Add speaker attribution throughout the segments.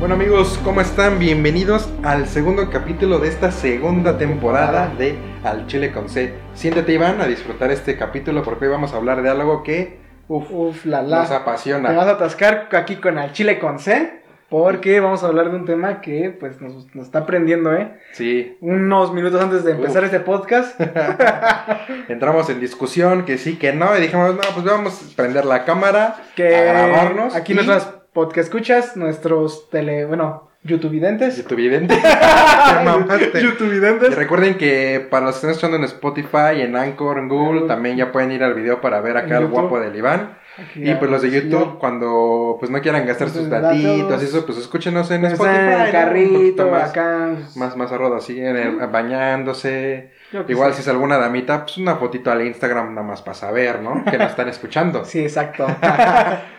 Speaker 1: Bueno amigos, ¿cómo están? Bienvenidos al segundo capítulo de esta segunda temporada de Al Chile con C. Siéntate Iván a disfrutar este capítulo porque hoy vamos a hablar de algo que uf,
Speaker 2: Uf, la
Speaker 1: nos
Speaker 2: la. Te vas
Speaker 1: apasiona.
Speaker 2: a atascar aquí con el chile con C, porque vamos a hablar de un tema que pues nos, nos está prendiendo, ¿eh?
Speaker 1: Sí,
Speaker 2: Unos minutos antes de empezar
Speaker 1: Uf.
Speaker 2: este podcast.
Speaker 1: entramos en discusión, que sí, que no, y dijimos, no, pues vamos a prender la cámara,
Speaker 2: Que
Speaker 1: a grabarnos.
Speaker 2: Aquí
Speaker 1: y-
Speaker 2: nuestras podcast escuchas, nuestros tele. Bueno, youtubevidentes.
Speaker 1: Youtubevidente. Te mamaste. Y
Speaker 2: youtubevidentes.
Speaker 1: recuerden que para los que están escuchando en Spotify, en Anchor, en Google, también ya pueden ir al video para ver acá
Speaker 2: En
Speaker 1: el
Speaker 2: YouTube.
Speaker 1: guapo del Iván.
Speaker 2: Aquí
Speaker 1: Y
Speaker 2: a-
Speaker 1: pues los de
Speaker 2: señor.
Speaker 1: YouTube, cuando pues no quieran gastar sus
Speaker 2: Sus
Speaker 1: datitos
Speaker 2: datos.
Speaker 1: y eso, pues escúchenos en
Speaker 2: Está
Speaker 1: Spotify.
Speaker 2: en el
Speaker 1: ¿no? Un poquito
Speaker 2: carrito,
Speaker 1: más,
Speaker 2: acá.
Speaker 1: más, más a rodo, así, en el- bañándose.
Speaker 2: yo qué
Speaker 1: Igual
Speaker 2: sé.
Speaker 1: si es alguna damita, pues una fotito al Instagram nada más para saber, ¿no? Que nos están escuchando.
Speaker 2: Sí, exacto.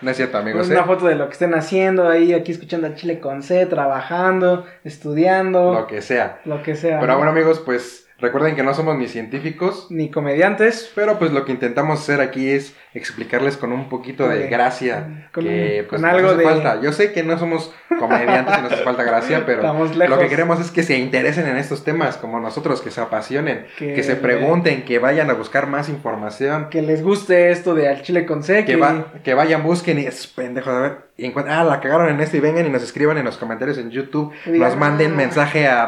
Speaker 1: No es cierto, amigos.
Speaker 2: una
Speaker 1: ¿eh?
Speaker 2: foto de lo que estén haciendo ahí, aquí escuchando al chile con C, trabajando, estudiando,
Speaker 1: Lo
Speaker 2: lo
Speaker 1: que sea.
Speaker 2: que, sea.
Speaker 1: Pero
Speaker 2: ¿no?
Speaker 1: bueno, amigos, pues recuerden que no somos ni científicos.
Speaker 2: Ni comediantes.
Speaker 1: Pero pues lo que intentamos hacer aquí es explicarles con un poquito de
Speaker 2: Ok.
Speaker 1: gracia.
Speaker 2: Con
Speaker 1: que,
Speaker 2: un-
Speaker 1: pues,
Speaker 2: con
Speaker 1: nos
Speaker 2: algo
Speaker 1: hace
Speaker 2: de-
Speaker 1: falta. Yo sé que no somos comediantes y nos hace falta gracia, pero
Speaker 2: Estamos lejos.
Speaker 1: Lo que queremos es que se interesen en estos temas, como nosotros, que se apasionen,
Speaker 2: Que-
Speaker 1: que se pregunten, que vayan a buscar más información,
Speaker 2: Que les guste esto de al chile con C.
Speaker 1: que, va- que vayan, busquen y es pendejo, a ver, y encuent- ah, la cagaron en esto y vengan y nos escriban en los comentarios en YouTube,
Speaker 2: Y digan,
Speaker 1: nos manden
Speaker 2: "Ah".
Speaker 1: mensaje a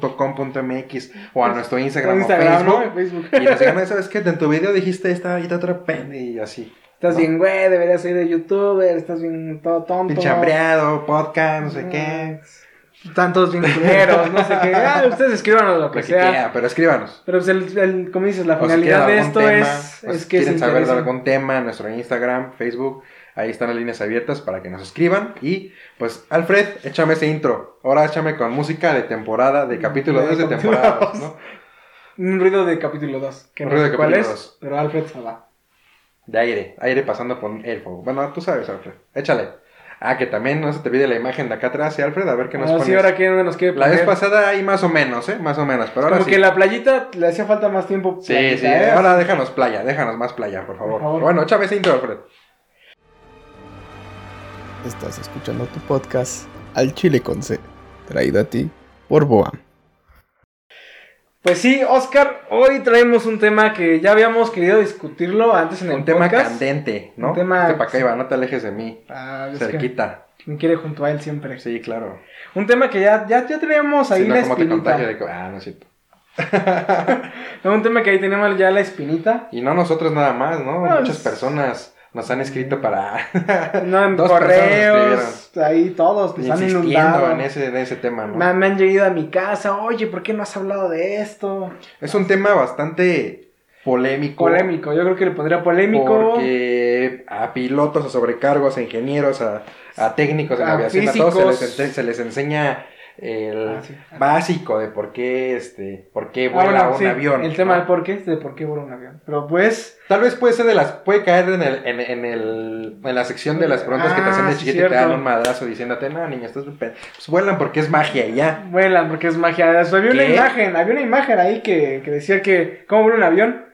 Speaker 1: media.com.mx o a nuestro Instagram,
Speaker 2: Pues, Instagram,
Speaker 1: o
Speaker 2: ¿no? En
Speaker 1: Facebook.
Speaker 2: Facebook.
Speaker 1: Y nos digan, "Ah, ¿sabes qué? En tu video dijiste esta y te otra pende y así.
Speaker 2: Estás
Speaker 1: ¿no?
Speaker 2: bien, güey, deberías ser de youtuber, estás bien todo tonto.
Speaker 1: Pinche hambreado, podcast, no sé qué.
Speaker 2: Tantos bien culeros, no sé qué. Ah, ustedes escriban lo
Speaker 1: Lo
Speaker 2: que
Speaker 1: que
Speaker 2: sea.
Speaker 1: quiera, pero escríbanos.
Speaker 2: Pero pues, el, el- como dices, la
Speaker 1: O si quieren
Speaker 2: finalidad de
Speaker 1: algún
Speaker 2: esto
Speaker 1: tema,
Speaker 2: es,
Speaker 1: o si
Speaker 2: es que
Speaker 1: quieren
Speaker 2: se
Speaker 1: saber de
Speaker 2: interesen.
Speaker 1: algún tema, nuestro Instagram, Facebook, ahí están las líneas abiertas para que nos escriban. Y pues, Alfred, échame ese intro. Ahora échame con música de temporada, de capítulo
Speaker 2: De
Speaker 1: 2 de
Speaker 2: capítulo
Speaker 1: temporada
Speaker 2: dos.
Speaker 1: 2, ¿no?
Speaker 2: Un ruido de capítulo 2. Que
Speaker 1: Un
Speaker 2: no
Speaker 1: ruido
Speaker 2: sé
Speaker 1: de
Speaker 2: cuál
Speaker 1: capítulo
Speaker 2: es,
Speaker 1: dos.
Speaker 2: pero Alfred se va.
Speaker 1: De aire, aire pasando por el fuego. Bueno, tú sabes, Alfred, échale. Ah, que también no se te olvide la imagen de acá atrás, ¿eh, Alfred, a ver qué nos
Speaker 2: Ah,
Speaker 1: pones.
Speaker 2: sí, ahora que nos quiere
Speaker 1: La vez
Speaker 2: poner.
Speaker 1: pasada ahí más o menos, ¿eh? Más o menos, pero ahora
Speaker 2: Como
Speaker 1: sí.
Speaker 2: que la playita le hacía falta más tiempo.
Speaker 1: Sí,
Speaker 2: playita,
Speaker 1: sí,
Speaker 2: ¿eh?
Speaker 1: ahora déjanos playa, déjanos más playa, por favor.
Speaker 2: Por favor.
Speaker 1: Bueno, échame ese intro, Alfred.
Speaker 3: Estás escuchando tu podcast Al Chile con C, traído a ti por Boam.
Speaker 2: Pues sí, Oscar, hoy traemos un tema que ya habíamos querido discutirlo antes en el
Speaker 1: Un tema
Speaker 2: podcast.
Speaker 1: candente, ¿no?
Speaker 2: Un tema-
Speaker 1: Este pa' acá iba, no te alejes de mí.
Speaker 2: Ah, es que
Speaker 1: Cerquita.
Speaker 2: me quiere junto a él siempre.
Speaker 1: Sí, claro.
Speaker 2: Un tema que ya, ya, ya teníamos Pues ahí
Speaker 1: Si no,
Speaker 2: la
Speaker 1: ¿cómo te
Speaker 2: espinita.
Speaker 1: contagio de co- Ah, no es cierto.
Speaker 2: No, un tema que ahí teníamos ya la espinita.
Speaker 1: Y no nosotros nada más, ¿no?
Speaker 2: No,
Speaker 1: Muchas
Speaker 2: es-
Speaker 1: personas nos han escrito para...
Speaker 2: No, en
Speaker 1: Dos personas
Speaker 2: correos, ahí todos nos han
Speaker 1: insistiendo
Speaker 2: inundado.
Speaker 1: en ese, en ese tema, ¿no?
Speaker 2: Me, han- me han llegado a mi casa, oye, ¿por qué no has hablado de esto?
Speaker 1: Es un tema bastante polémico.
Speaker 2: Polémico, yo creo que le pondría polémico.
Speaker 1: Porque a pilotos, a sobrecargos, a ingenieros, a, a técnicos en
Speaker 2: A
Speaker 1: aviación, a todos se les,
Speaker 2: físicos.
Speaker 1: ente- se les enseña el
Speaker 2: Ah, sí.
Speaker 1: básico de por qué, este, por qué
Speaker 2: Ah,
Speaker 1: vuela
Speaker 2: bueno,
Speaker 1: un
Speaker 2: sí,
Speaker 1: avión.
Speaker 2: El tema
Speaker 1: ¿no?
Speaker 2: del por qué, de por qué vuela un avión. Pero pues,
Speaker 1: Tal vez puede ser de las, puede caer en el, en, en el, en la sección de las preguntas que te hacen
Speaker 2: Ah,
Speaker 1: de
Speaker 2: sí,
Speaker 1: chiquito y te dan
Speaker 2: cierto.
Speaker 1: un madrazo diciéndote, no, niña, estás bien pe-". Pues vuelan porque es magia y ya.
Speaker 2: Vuelan porque es magia. O sea, había una
Speaker 1: ¿Qué?
Speaker 2: imagen, había una imagen ahí que, que decía que cómo vuela un avión,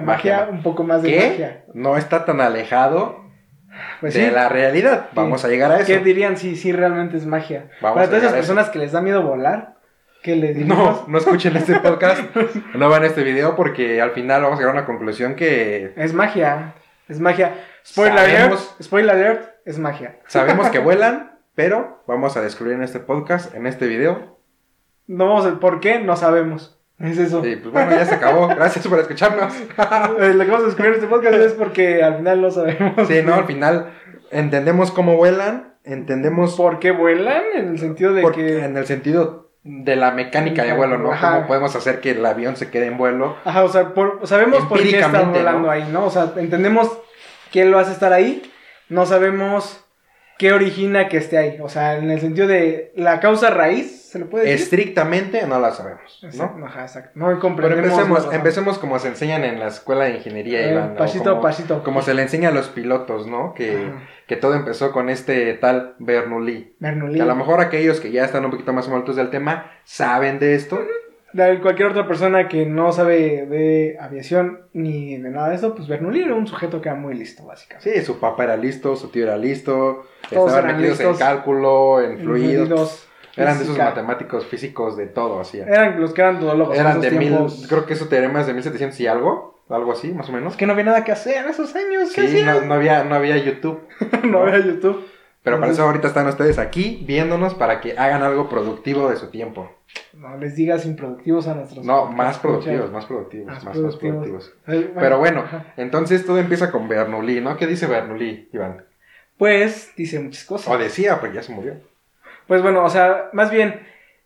Speaker 1: Magia,
Speaker 2: magia,
Speaker 1: ma-
Speaker 2: un poco más de
Speaker 1: Que
Speaker 2: magia.
Speaker 1: no está tan alejado
Speaker 2: Pues
Speaker 1: de
Speaker 2: sí.
Speaker 1: la realidad. Vamos a llegar a eso.
Speaker 2: ¿Qué dirían si sí, realmente es magia?
Speaker 1: Vamos
Speaker 2: Para
Speaker 1: a
Speaker 2: todas esas
Speaker 1: llegar a eso.
Speaker 2: personas que les da miedo volar, que les
Speaker 1: No,
Speaker 2: diríamos?
Speaker 1: no escuchen este podcast, no vean este video porque al final vamos a llegar a una conclusión que
Speaker 2: es magia, es magia. Spoiler ¿eh? alert,
Speaker 1: Sabemos-
Speaker 2: spoiler alert, es magia.
Speaker 1: sabemos que vuelan, pero vamos a descubrir en este podcast, en este video.
Speaker 2: No vamos a por qué, no sabemos. Es eso.
Speaker 1: Y pues bueno, ya se acabó. Gracias por escucharnos.
Speaker 2: Eh, Lo que vamos a descubrir en este podcast es porque al final no sabemos.
Speaker 1: Sí, no, al final entendemos cómo vuelan, entendemos
Speaker 2: ¿Por qué vuelan? En el sentido de
Speaker 1: Porque
Speaker 2: que.
Speaker 1: en el sentido de la mecánica de vuelo, ¿no?
Speaker 2: Ajá.
Speaker 1: ¿Cómo podemos hacer que el avión se quede en vuelo?
Speaker 2: Ajá, o sea, por- sabemos por qué está
Speaker 1: Empíricamente,
Speaker 2: volando
Speaker 1: ¿no?
Speaker 2: ahí, ¿no? O sea, entendemos qué lo hace estar ahí, no sabemos qué origina que esté ahí. O sea, en el sentido de la causa raíz, ¿se le puede decir?
Speaker 1: Estrictamente no la sabemos, Este, ¿no?
Speaker 2: Pues Exacto, Ajá, exacto. No
Speaker 1: Pero
Speaker 2: comprendemos.
Speaker 1: empecemos,
Speaker 2: ¿no?
Speaker 1: empecemos como se enseñan en la escuela de ingeniería,
Speaker 2: Eh,
Speaker 1: Iván, ¿no?
Speaker 2: pasito
Speaker 1: como,
Speaker 2: a pasito.
Speaker 1: Como se le enseña a los pilotos, ¿no? Que,
Speaker 2: Ajá.
Speaker 1: que todo empezó con este tal Bernoulli.
Speaker 2: Bernoulli.
Speaker 1: Que a lo mejor aquellos que ya están un poquito más envueltos del tema saben de esto,
Speaker 2: de cualquier otra persona que no sabe de aviación ni de nada de eso, pues Bernoulli era un sujeto que era muy listo, básicamente.
Speaker 1: Sí, su papá era listo, su tío era listo,
Speaker 2: Todos
Speaker 1: estaban
Speaker 2: eran
Speaker 1: metidos en
Speaker 2: listos.
Speaker 1: cálculo, en fluidos.
Speaker 2: Fluidos,
Speaker 1: pues, Eran de esos
Speaker 2: física.
Speaker 1: matemáticos físicos de todo, hacían.
Speaker 2: Eran los que eran todólogos. en
Speaker 1: Eran
Speaker 2: esos
Speaker 1: de mil,
Speaker 2: tiempos.
Speaker 1: creo que su teorema es de 1700 y algo, algo así, más o menos.
Speaker 2: Es que no había nada que hacer en esos años. ¿Qué
Speaker 1: Sí, no,
Speaker 2: hacían?
Speaker 1: no había, no había YouTube.
Speaker 2: No, había YouTube.
Speaker 1: Pero para
Speaker 2: Entonces-
Speaker 1: eso ahorita están ustedes aquí viéndonos para que hagan algo productivo de su tiempo.
Speaker 2: No les digas improductivos a nuestros.
Speaker 1: No, más productivos,
Speaker 2: escuchas.
Speaker 1: más productivos, más,
Speaker 2: Más
Speaker 1: más
Speaker 2: productivos.
Speaker 1: productivos.
Speaker 2: Eh,
Speaker 1: Pero bueno,
Speaker 2: ajá.
Speaker 1: entonces todo empieza con Bernoulli, ¿no? ¿Qué dice Bernoulli, Iván?
Speaker 2: Pues dice muchas cosas.
Speaker 1: O decía, porque ya se murió.
Speaker 2: Pues bueno, o sea, más bien,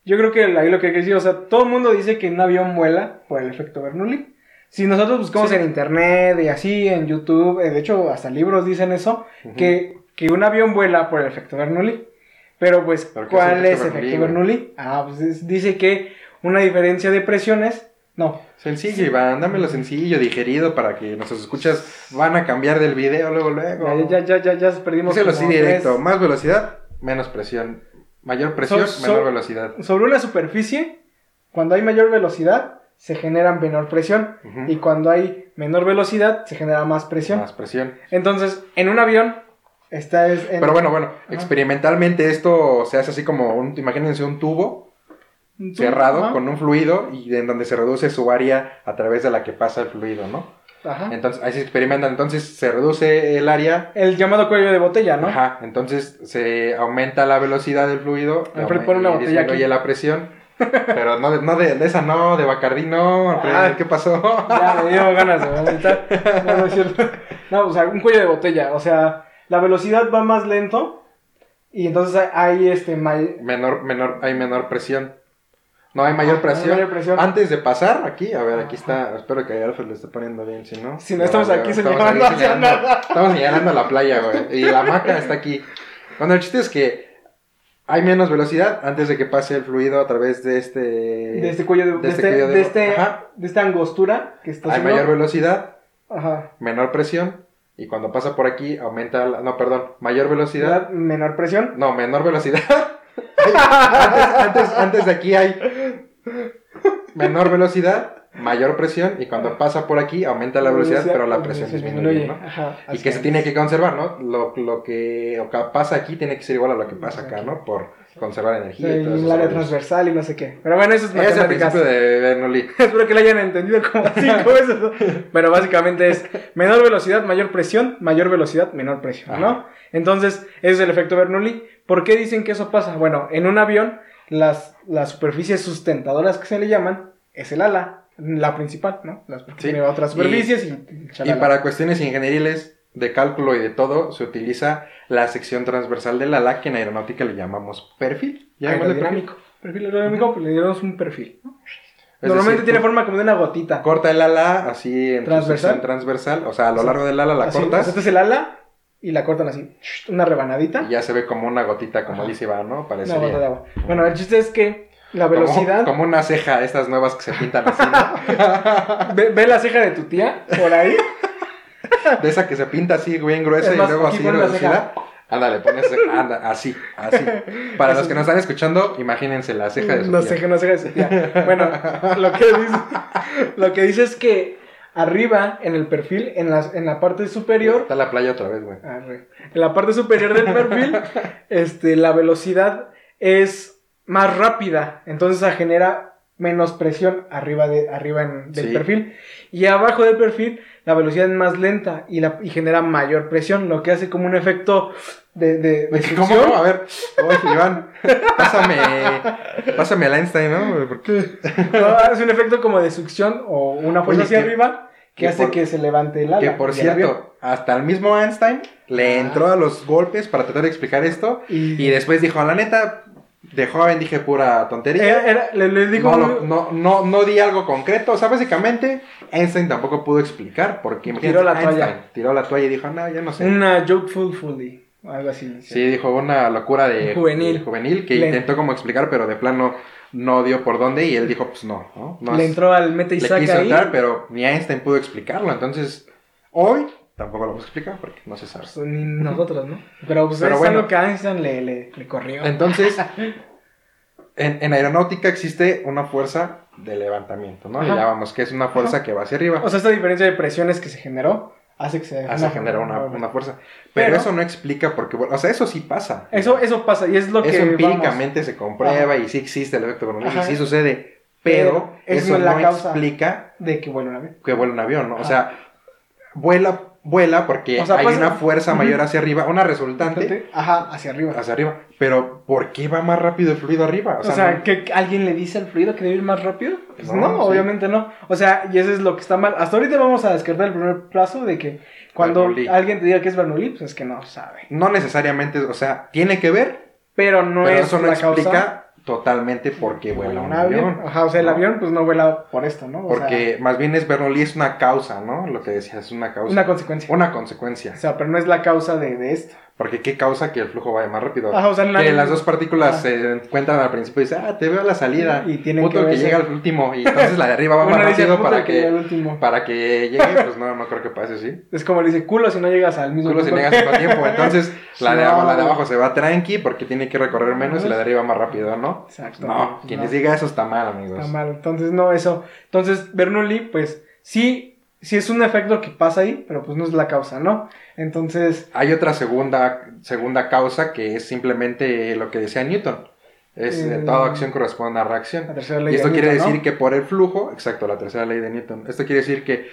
Speaker 2: yo creo que ahí lo que hay que decir, o sea, todo el mundo dice que un avión vuela por el efecto Bernoulli. Si nosotros buscamos
Speaker 1: Sí.
Speaker 2: en internet y así, en YouTube, eh, de hecho, hasta libros dicen eso,
Speaker 1: Ujú.
Speaker 2: que, que un avión vuela por el efecto Bernoulli. Pero pues,
Speaker 1: ¿Pero qué es el
Speaker 2: ¿cuál es
Speaker 1: efecto
Speaker 2: el
Speaker 1: Bernoulli,
Speaker 2: efecto
Speaker 1: güey?
Speaker 2: Bernoulli? Ah, pues es- dice que una diferencia de presiones, no,
Speaker 1: Sencillo, Iván, dámelo sencillo, digerido, para que nuestros escuchas van a cambiar del video luego, luego.
Speaker 2: ya, ya, ya, ya, ya perdimos.
Speaker 1: Oh. Díselo así
Speaker 2: como
Speaker 1: directo,
Speaker 2: tres.
Speaker 1: más velocidad, menos presión. Mayor presión,
Speaker 2: So-
Speaker 1: menor
Speaker 2: so-
Speaker 1: velocidad.
Speaker 2: Sobre una superficie, cuando hay mayor velocidad, se genera menor presión.
Speaker 1: Ujú.
Speaker 2: Y cuando hay menor velocidad, se genera más presión.
Speaker 1: Más presión.
Speaker 2: Entonces, en un avión, esta es. en-
Speaker 1: Pero bueno, bueno, experimentalmente esto se hace así como, un, imagínense un tubo
Speaker 2: un tubo,
Speaker 1: cerrado
Speaker 2: ajá,
Speaker 1: con un fluido y en donde se reduce su área a través de la que pasa el fluido, ¿no?
Speaker 2: ajá.
Speaker 1: Entonces, ahí se experimenta, entonces se reduce el área,
Speaker 2: El llamado cuello de botella, ¿no?
Speaker 1: ajá, entonces se aumenta la velocidad del fluido, y
Speaker 2: Alfred,
Speaker 1: aume-
Speaker 2: pon una
Speaker 1: y
Speaker 2: botella
Speaker 1: disminuye
Speaker 2: aquí.
Speaker 1: la presión, pero no, de, no de, de esa no, de Bacardí no, Alfred,
Speaker 2: Ah.
Speaker 1: ¿qué pasó?
Speaker 2: Ya me dio ganas de vomitar. No, no es cierto. No, o sea, un cuello de botella. O sea, la velocidad va más lento. Y entonces hay- hay este. may-
Speaker 1: menor, menor, hay menor presión. No, hay mayor
Speaker 2: Ah,
Speaker 1: presión.
Speaker 2: mayor presión.
Speaker 1: Antes de pasar aquí, a ver, aquí está. Espero que Alfred lo esté poniendo bien, si no.
Speaker 2: Si no, estamos
Speaker 1: vale,
Speaker 2: aquí
Speaker 1: estamos
Speaker 2: señalando
Speaker 1: aquí
Speaker 2: hacia
Speaker 1: señalando-
Speaker 2: nada.
Speaker 1: Estamos señalando la playa, güey. Y la maca está aquí. Bueno, el chiste es que hay menos velocidad antes de que pase el fluido a través de este.
Speaker 2: de este cuello de,
Speaker 1: de
Speaker 2: de
Speaker 1: este
Speaker 2: este-
Speaker 1: cuello de-
Speaker 2: de este-
Speaker 1: ajá.
Speaker 2: de esta angostura que está
Speaker 1: hay
Speaker 2: haciendo.
Speaker 1: mayor velocidad,
Speaker 2: Ajá.
Speaker 1: menor presión. Y cuando pasa por aquí, aumenta. la- no, perdón, mayor velocidad.
Speaker 2: ¿Verdad? Menor presión.
Speaker 1: No, menor velocidad. antes, antes, antes de aquí hay menor velocidad, mayor presión, y cuando pasa por aquí aumenta la velocidad, pero la presión disminuye, ¿no?
Speaker 2: pues, Ajá,
Speaker 1: Y
Speaker 2: así
Speaker 1: que se
Speaker 2: es.
Speaker 1: tiene que conservar, ¿no? Lo, lo que o que pasa aquí tiene que ser igual a lo que pasa acá, ¿no? Por conservar
Speaker 2: Sí,
Speaker 1: energía y todo
Speaker 2: el
Speaker 1: eso.
Speaker 2: área transversal y no sé qué. Pero bueno, eso es
Speaker 1: Ese es el
Speaker 2: matemáticas.
Speaker 1: principio de Bernoulli.
Speaker 2: Espero que lo hayan entendido como cinco veces. ¿no? Pero básicamente es menor velocidad, mayor presión, mayor velocidad, menor presión, ¿no?
Speaker 1: Ajá.
Speaker 2: Entonces, ese es el efecto Bernoulli. ¿Por qué dicen que eso pasa? Bueno, en un avión, las, las superficies sustentadoras que se le llaman es el ala, la principal, ¿no? Las que
Speaker 1: Sí.
Speaker 2: tiene otras
Speaker 1: Y-
Speaker 2: superficies y,
Speaker 1: Y
Speaker 2: chalala.
Speaker 1: para cuestiones ingenieriles de cálculo y de todo, se utiliza la sección transversal del ala que en aeronáutica le llamamos perfil. Ya llamémosle perfil.
Speaker 2: aerodinámico. Perfil aerodinámico, pues le damos un perfil. ¿no?
Speaker 1: Es
Speaker 2: Normalmente
Speaker 1: decir,
Speaker 2: tiene
Speaker 1: tú-
Speaker 2: forma como de una gotita.
Speaker 1: Corta el ala así en tu
Speaker 2: Transversal.
Speaker 1: sección transversal, o sea, a lo
Speaker 2: O sea,
Speaker 1: largo del ala la
Speaker 2: Así,
Speaker 1: cortas
Speaker 2: Este es el ala y la cortan así, una rebanadita.
Speaker 1: y ya se ve como una gotita, como
Speaker 2: Ajá.
Speaker 1: dice Iván, ¿no?
Speaker 2: Una gota de
Speaker 1: Parecería.
Speaker 2: agua. Bueno, el chiste es que la velocidad.
Speaker 1: Como, como una ceja, estas nuevas que se pintan así, ¿no?
Speaker 2: Ve, ve la ceja de tu tía por ahí.
Speaker 1: De esa que se pinta así, bien gruesa
Speaker 2: Es
Speaker 1: y
Speaker 2: más,
Speaker 1: luego
Speaker 2: aquí
Speaker 1: así
Speaker 2: pone la
Speaker 1: reducida. Ándale, pones anda, así, así. Para
Speaker 2: Así.
Speaker 1: los que nos están escuchando, imagínense la ceja de su
Speaker 2: no
Speaker 1: tía.
Speaker 2: ceja, no ceja de su tía. Bueno, lo que dice, lo que dice es que arriba en el perfil, en la, en la parte superior.
Speaker 1: Está la playa otra vez, güey.
Speaker 2: Arre. En la parte superior del perfil, este, la velocidad es más rápida. Entonces ah, genera menos presión arriba, de, arriba en- del
Speaker 1: Sí.
Speaker 2: perfil. Y abajo del perfil, la velocidad es más lenta y, la, y genera mayor presión, lo que hace como un efecto de, de, de
Speaker 1: De que, ¿Cómo?
Speaker 2: succión.
Speaker 1: cómo? A ver, oye, Iván, pásame, pásame el Einstein, ¿no? Porque
Speaker 2: No, es un efecto como de succión o una fuerza
Speaker 1: Oye,
Speaker 2: hacia
Speaker 1: que-
Speaker 2: arriba que,
Speaker 1: que
Speaker 2: hace
Speaker 1: por-
Speaker 2: que se levante el ala.
Speaker 1: Que por
Speaker 2: y el avión.
Speaker 1: cierto, hasta el mismo Einstein le
Speaker 2: Ah.
Speaker 1: entró a los golpes para tratar de explicar esto.
Speaker 2: Y,
Speaker 1: Y después dijo, la neta, de joven dije pura tontería.
Speaker 2: era- era- le, le
Speaker 1: no,
Speaker 2: digo Eh, un-
Speaker 1: lo- no, no, no di algo concreto. O sea, básicamente, Einstein tampoco pudo explicar porque imagínate,
Speaker 2: Tiró la toalla. Mm.
Speaker 1: Einstein tiró la toalla y dijo, no, yo no sé.
Speaker 2: una joke full fully, algo así.
Speaker 1: Sí, dijo una locura de
Speaker 2: Juvenil.
Speaker 1: de juvenil que
Speaker 2: Le-
Speaker 1: intentó como explicar, pero de plano no dio por dónde y él dijo, pues no, no, no
Speaker 2: le
Speaker 1: es-
Speaker 2: entró al mete y
Speaker 1: le
Speaker 2: saca
Speaker 1: quiso
Speaker 2: ahí.
Speaker 1: entrar, pero ni Einstein pudo explicarlo. Entonces, hoy tampoco lo vamos a explicar porque no se sabe.
Speaker 2: Pues, ni nosotros, ¿no? Pero pues
Speaker 1: Pero
Speaker 2: es
Speaker 1: bueno.
Speaker 2: algo que a Einstein le, le, le corrió.
Speaker 1: Entonces, en, en aeronáutica existe una fuerza de levantamiento, ¿no?
Speaker 2: Ajá.
Speaker 1: Le llamamos que es una fuerza que va hacia arriba.
Speaker 2: O sea, esta diferencia de presiones que se generó hace que se...
Speaker 1: hace generar una, una fuerza. Pero,
Speaker 2: Pero-
Speaker 1: eso no explica porque, bueno, o sea, eso sí pasa.
Speaker 2: Eso, eso pasa y es lo que...
Speaker 1: Eso
Speaker 2: vamos.
Speaker 1: empíricamente se comprueba y sí existe el efecto Bernoulli y
Speaker 2: Ajá.
Speaker 1: sí sucede, pero
Speaker 2: Pero eso
Speaker 1: eso
Speaker 2: es la
Speaker 1: no
Speaker 2: causa.
Speaker 1: explica
Speaker 2: De que, bueno, la vez.
Speaker 1: que vuela un avión, ¿no? O
Speaker 2: Ajá.
Speaker 1: sea, vuela, vuela porque
Speaker 2: O sea,
Speaker 1: hay
Speaker 2: pasa-
Speaker 1: una fuerza mayor
Speaker 2: Ujú.
Speaker 1: hacia arriba, una resultante
Speaker 2: Ajá, hacia arriba.
Speaker 1: hacia arriba, pero ¿por qué va más rápido el fluido arriba?
Speaker 2: O sea,
Speaker 1: no-
Speaker 2: ¿que alguien le dice al fluido que debe ir más rápido? Pues
Speaker 1: No,
Speaker 2: no,
Speaker 1: sí.
Speaker 2: obviamente no. O sea, y eso es lo que está mal. Hasta ahorita vamos a descartar el primer plazo de que cuando
Speaker 1: Bernoulli.
Speaker 2: alguien te diga que es Bernoulli, pues es que no sabe.
Speaker 1: no necesariamente, o sea, tiene que ver,
Speaker 2: Pero no
Speaker 1: pero
Speaker 2: es
Speaker 1: eso no
Speaker 2: la
Speaker 1: explica
Speaker 2: causa.
Speaker 1: totalmente por qué vuela un avión.
Speaker 2: Ajá, o sea, el
Speaker 1: ¿no?
Speaker 2: avión pues no vuela por esto, ¿no? O sea,
Speaker 1: Porque más bien es Bernoulli es una causa, ¿no? Lo que decía es una causa.
Speaker 2: una consecuencia.
Speaker 1: Una consecuencia.
Speaker 2: O sea, pero no es la causa de, de esto.
Speaker 1: Porque qué causa que el flujo vaya más rápido.
Speaker 2: Ajá, o sea,
Speaker 1: que
Speaker 2: nadie-
Speaker 1: las dos partículas
Speaker 2: Ah.
Speaker 1: se encuentran al principio y dicen, ah, te veo a la salida.
Speaker 2: Y tienen
Speaker 1: Puto
Speaker 2: que
Speaker 1: que,
Speaker 2: verse.
Speaker 1: llega al último. Y entonces la de arriba va
Speaker 2: Uno
Speaker 1: más
Speaker 2: dice,
Speaker 1: rápido
Speaker 2: "Puta,
Speaker 1: para
Speaker 2: que llega
Speaker 1: que,
Speaker 2: el último.
Speaker 1: para que llegue. Pues no, no creo que pase así.
Speaker 2: Es como le dice culo si no llegas al mismo
Speaker 1: Culo se
Speaker 2: tiempo.
Speaker 1: niegas a tiempo. Entonces la de,
Speaker 2: No.
Speaker 1: abajo, la de abajo se va tranqui porque tiene que recorrer menos y la de arriba más rápido, ¿no?
Speaker 2: Exacto.
Speaker 1: No, quien les diga eso está mal, amigos.
Speaker 2: Está mal. Entonces, no, eso. Entonces, Bernoulli, pues, sí, sí es un efecto que pasa ahí, pero pues no es la causa, ¿no? Entonces,
Speaker 1: Hay otra segunda, segunda causa que es simplemente lo que decía Newton. Es eh,
Speaker 2: Eh,
Speaker 1: toda acción corresponde a
Speaker 2: la
Speaker 1: reacción.
Speaker 2: tercera ley.
Speaker 1: Y esto
Speaker 2: de
Speaker 1: quiere
Speaker 2: Newton,
Speaker 1: decir
Speaker 2: ¿no?
Speaker 1: que por el flujo, exacto, la tercera ley de Newton, esto quiere decir que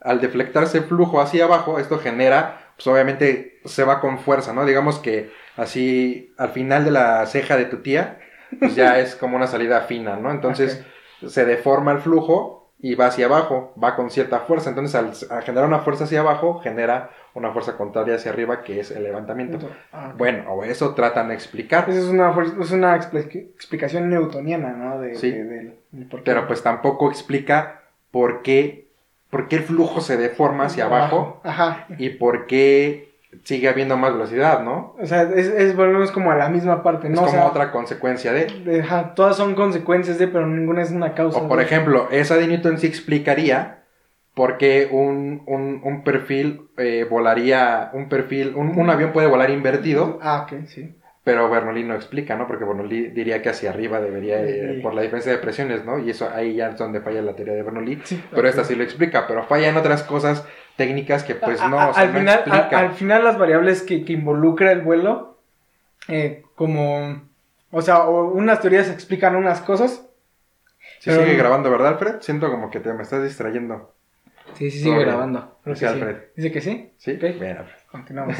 Speaker 1: al deflectarse el flujo hacia abajo, esto genera, pues obviamente se va con fuerza, ¿no? Digamos que así al final de la ceja de tu tía, pues ya es como una salida fina, ¿no? Entonces
Speaker 2: Ah,
Speaker 1: se deforma el flujo y va hacia abajo, va con cierta fuerza. Entonces, al, al generar una fuerza hacia abajo, genera una fuerza contraria hacia arriba, que es el levantamiento.
Speaker 2: Ah, ok.
Speaker 1: Bueno, o eso tratan de explicar,
Speaker 2: Esa es una, fuer- es una expli- explicación newtoniana, ¿no? De,
Speaker 1: Sí.
Speaker 2: de- del- del por qué.
Speaker 1: pero pues tampoco explica por qué, por qué el flujo se deforma hacia abajo
Speaker 2: Ajá.
Speaker 1: y por qué sigue habiendo más velocidad, ¿no?
Speaker 2: O sea, es, es volvemos como a la misma parte,
Speaker 1: Es
Speaker 2: ¿no?
Speaker 1: como
Speaker 2: O sea,
Speaker 1: otra consecuencia de...
Speaker 2: de- ajá, todas son consecuencias de, pero ninguna es una causa.
Speaker 1: O por
Speaker 2: ¿no?
Speaker 1: ejemplo, esa de Newton sí explicaría por qué un, un- un perfil eh, volaría, un perfil, un- un avión puede volar invertido
Speaker 2: Ah, ok, sí.
Speaker 1: Pero Bernoulli no explica, ¿no? Porque Bernoulli diría que hacia arriba debería, eh,
Speaker 2: Sí.
Speaker 1: por la diferencia de presiones, ¿no? Y eso ahí ya es donde falla la teoría de Bernoulli.
Speaker 2: sí
Speaker 1: Pero
Speaker 2: ok.
Speaker 1: esta sí lo explica, pero falla en otras cosas técnicas que pues
Speaker 2: A-
Speaker 1: no,
Speaker 2: a-
Speaker 1: o sea,
Speaker 2: al,
Speaker 1: no
Speaker 2: final, a-
Speaker 1: explica.
Speaker 2: al final las variables que, que involucra el vuelo, eh, como, o sea, o unas teorías explican unas cosas.
Speaker 1: Sí
Speaker 2: pero-
Speaker 1: sigue grabando, ¿verdad, Alfred? Siento como que te me estás distrayendo.
Speaker 2: Sí, sí,
Speaker 1: sigue grabando.
Speaker 2: Creo que
Speaker 1: Sí,
Speaker 2: sí.
Speaker 1: Alfred.
Speaker 2: Dice que sí.
Speaker 1: ¿Sí?
Speaker 2: Ok.
Speaker 1: Bien, Alfred.
Speaker 2: Continuamos.